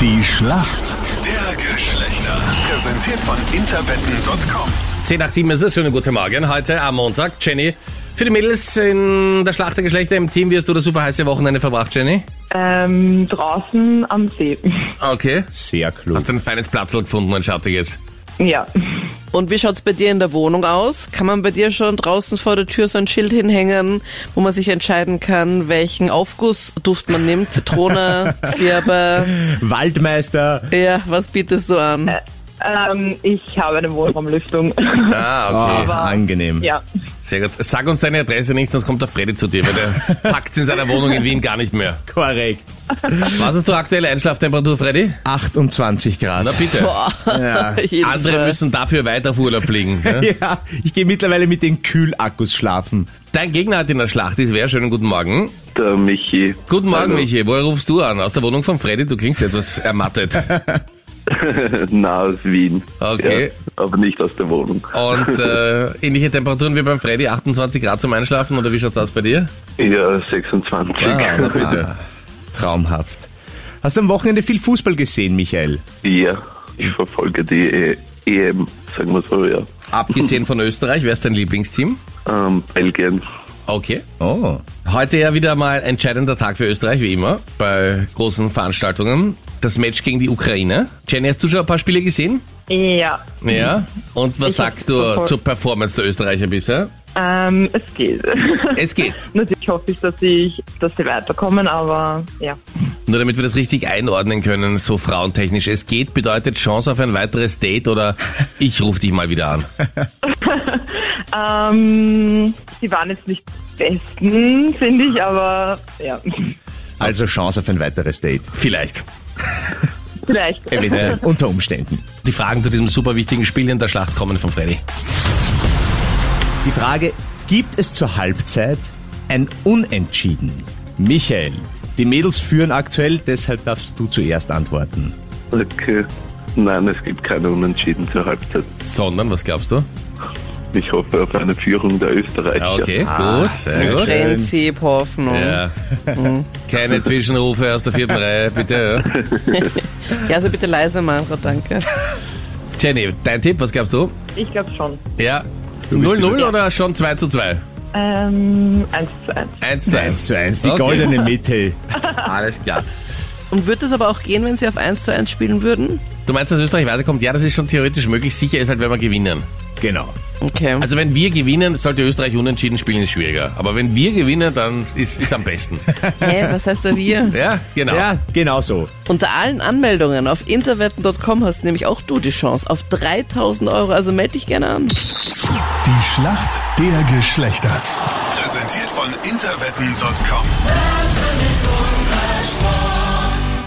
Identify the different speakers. Speaker 1: Die Schlacht der Geschlechter. Präsentiert von interwetten.com.
Speaker 2: 10 nach 7 ist es. Schönen guten Morgen. Heute am Montag. Jenny, für die Mädels in der Schlacht der Geschlechter im Team, wie hast du das super heiße Wochenende verbracht, Jenny?
Speaker 3: Ähm, draußen am See.
Speaker 2: Okay.
Speaker 4: Sehr klug.
Speaker 2: Hast ein feines Platzl gefunden, ein schattiges.
Speaker 3: Ja.
Speaker 5: Und wie schaut's bei dir in der Wohnung aus? Kann man bei dir schon draußen vor der Tür so ein Schild hinhängen, wo man sich entscheiden kann, welchen Aufgussduft man nimmt? Zitrone, Zirbe,
Speaker 4: Waldmeister.
Speaker 5: ja, was bietest du an?
Speaker 3: Ähm, ich habe eine Wohnraumlüftung.
Speaker 2: Ah, okay.
Speaker 4: Ah, angenehm.
Speaker 3: ja.
Speaker 2: Sehr gut. Sag uns deine Adresse nicht, sonst kommt der Freddy zu dir, weil der packt in seiner Wohnung in Wien gar nicht mehr.
Speaker 4: Korrekt.
Speaker 2: Was hast du aktuelle Einschlaftemperatur, Freddy?
Speaker 4: 28 Grad.
Speaker 2: Na bitte.
Speaker 4: Ja.
Speaker 5: Jeden
Speaker 2: Andere
Speaker 5: Fall.
Speaker 2: müssen dafür weiter auf Urlaub fliegen. Ja?
Speaker 4: ja, ich gehe mittlerweile mit den Kühlakkus schlafen.
Speaker 2: Dein Gegner hat in der Schlacht ist wer? Schönen guten Morgen.
Speaker 6: Der äh, Michi.
Speaker 2: Guten Morgen,
Speaker 6: Hallo.
Speaker 2: Michi. Woher rufst du an? Aus der Wohnung von Freddy? Du klingst etwas ermattet.
Speaker 6: Na, aus Wien.
Speaker 2: Okay.
Speaker 6: Ja, aber nicht aus der Wohnung.
Speaker 2: Und äh, ähnliche Temperaturen wie beim Freddy, 28 Grad zum Einschlafen oder wie schaut's aus bei dir?
Speaker 6: Ja, 26.
Speaker 2: Ah, na bitte.
Speaker 4: Traumhaft. Hast du am Wochenende viel Fußball gesehen, Michael?
Speaker 6: ja, ich verfolge die e EM, sagen wir so, ja.
Speaker 2: Abgesehen von Österreich, wer ist dein Lieblingsteam?
Speaker 6: Ähm, Belgien.
Speaker 2: Okay.
Speaker 4: Oh.
Speaker 2: Heute ja wieder mal entscheidender Tag für Österreich, wie immer, bei großen Veranstaltungen. Das Match gegen die Ukraine. Jenny, hast du schon ein paar Spiele gesehen?
Speaker 3: Ja.
Speaker 2: Ja. Und was
Speaker 3: Ich hab's
Speaker 2: sagst du
Speaker 3: verfolgt.
Speaker 2: zur Performance der Österreicher bisher?
Speaker 3: Ähm, es geht.
Speaker 2: Es geht.
Speaker 3: Natürlich hoffe ich, dass ich, dass sie weiterkommen, aber ja.
Speaker 2: Nur damit wir das richtig einordnen können, so frauentechnisch. Es geht bedeutet Chance auf ein weiteres Date oder ich rufe dich mal wieder an.
Speaker 3: Ähm, sie waren jetzt nicht die besten, finde ich, aber ja.
Speaker 4: Also Chance auf ein weiteres Date.
Speaker 2: Vielleicht.
Speaker 3: Vielleicht.
Speaker 4: Eventuell. Unter Umständen.
Speaker 2: Die Fragen zu diesem super wichtigen Spiel in der Schlacht kommen von Freddy.
Speaker 4: Die Frage, gibt es zur Halbzeit ein Unentschieden? Michael, die Mädels führen aktuell, deshalb darfst du zuerst antworten.
Speaker 6: Okay. Nein, es gibt keine Unentschieden zur Halbzeit.
Speaker 2: Sondern, was glaubst du?
Speaker 6: Ich hoffe auf eine Führung der Österreicher.
Speaker 2: Okay, gut, Ah, sehr Mhm. gut.
Speaker 5: Prinzip Hoffnung. Ja.
Speaker 2: Ja. Keine Zwischenrufe aus der vierten Reihe, bitte. Ja.
Speaker 5: also bitte leise, Manfred, danke.
Speaker 2: Jenny, dein Tipp, was glaubst du?
Speaker 3: Ich glaube schon.
Speaker 2: Ja.
Speaker 4: bist
Speaker 2: 0-0 oder schon 2 zu 2?
Speaker 3: Ähm, eins zu eins.
Speaker 2: 1 zu
Speaker 4: 1
Speaker 2: 1.
Speaker 4: zu 1, die
Speaker 2: Okay.
Speaker 4: goldene Mitte.
Speaker 2: Alles klar.
Speaker 5: Und würde es aber auch gehen, wenn sie auf 1 zu 1 spielen würden?
Speaker 2: Du meinst, dass Österreich weiterkommt? Ja, das ist schon theoretisch möglich. Sicher ist halt, wenn wir gewinnen.
Speaker 4: Genau.
Speaker 5: Okay.
Speaker 2: Also wenn wir gewinnen, sollte Österreich unentschieden spielen, ist schwieriger. Aber wenn wir gewinnen, dann ist ist am besten.
Speaker 5: Hä, was heißt da wir?
Speaker 2: Ja, genau.
Speaker 4: Ja, genau so.
Speaker 5: Unter allen Anmeldungen auf interwetten.com hast nämlich auch du die Chance auf 3000 Euro. Also melde dich gerne an.
Speaker 1: Die Schlacht der Geschlechter. Präsentiert von interwetten.com.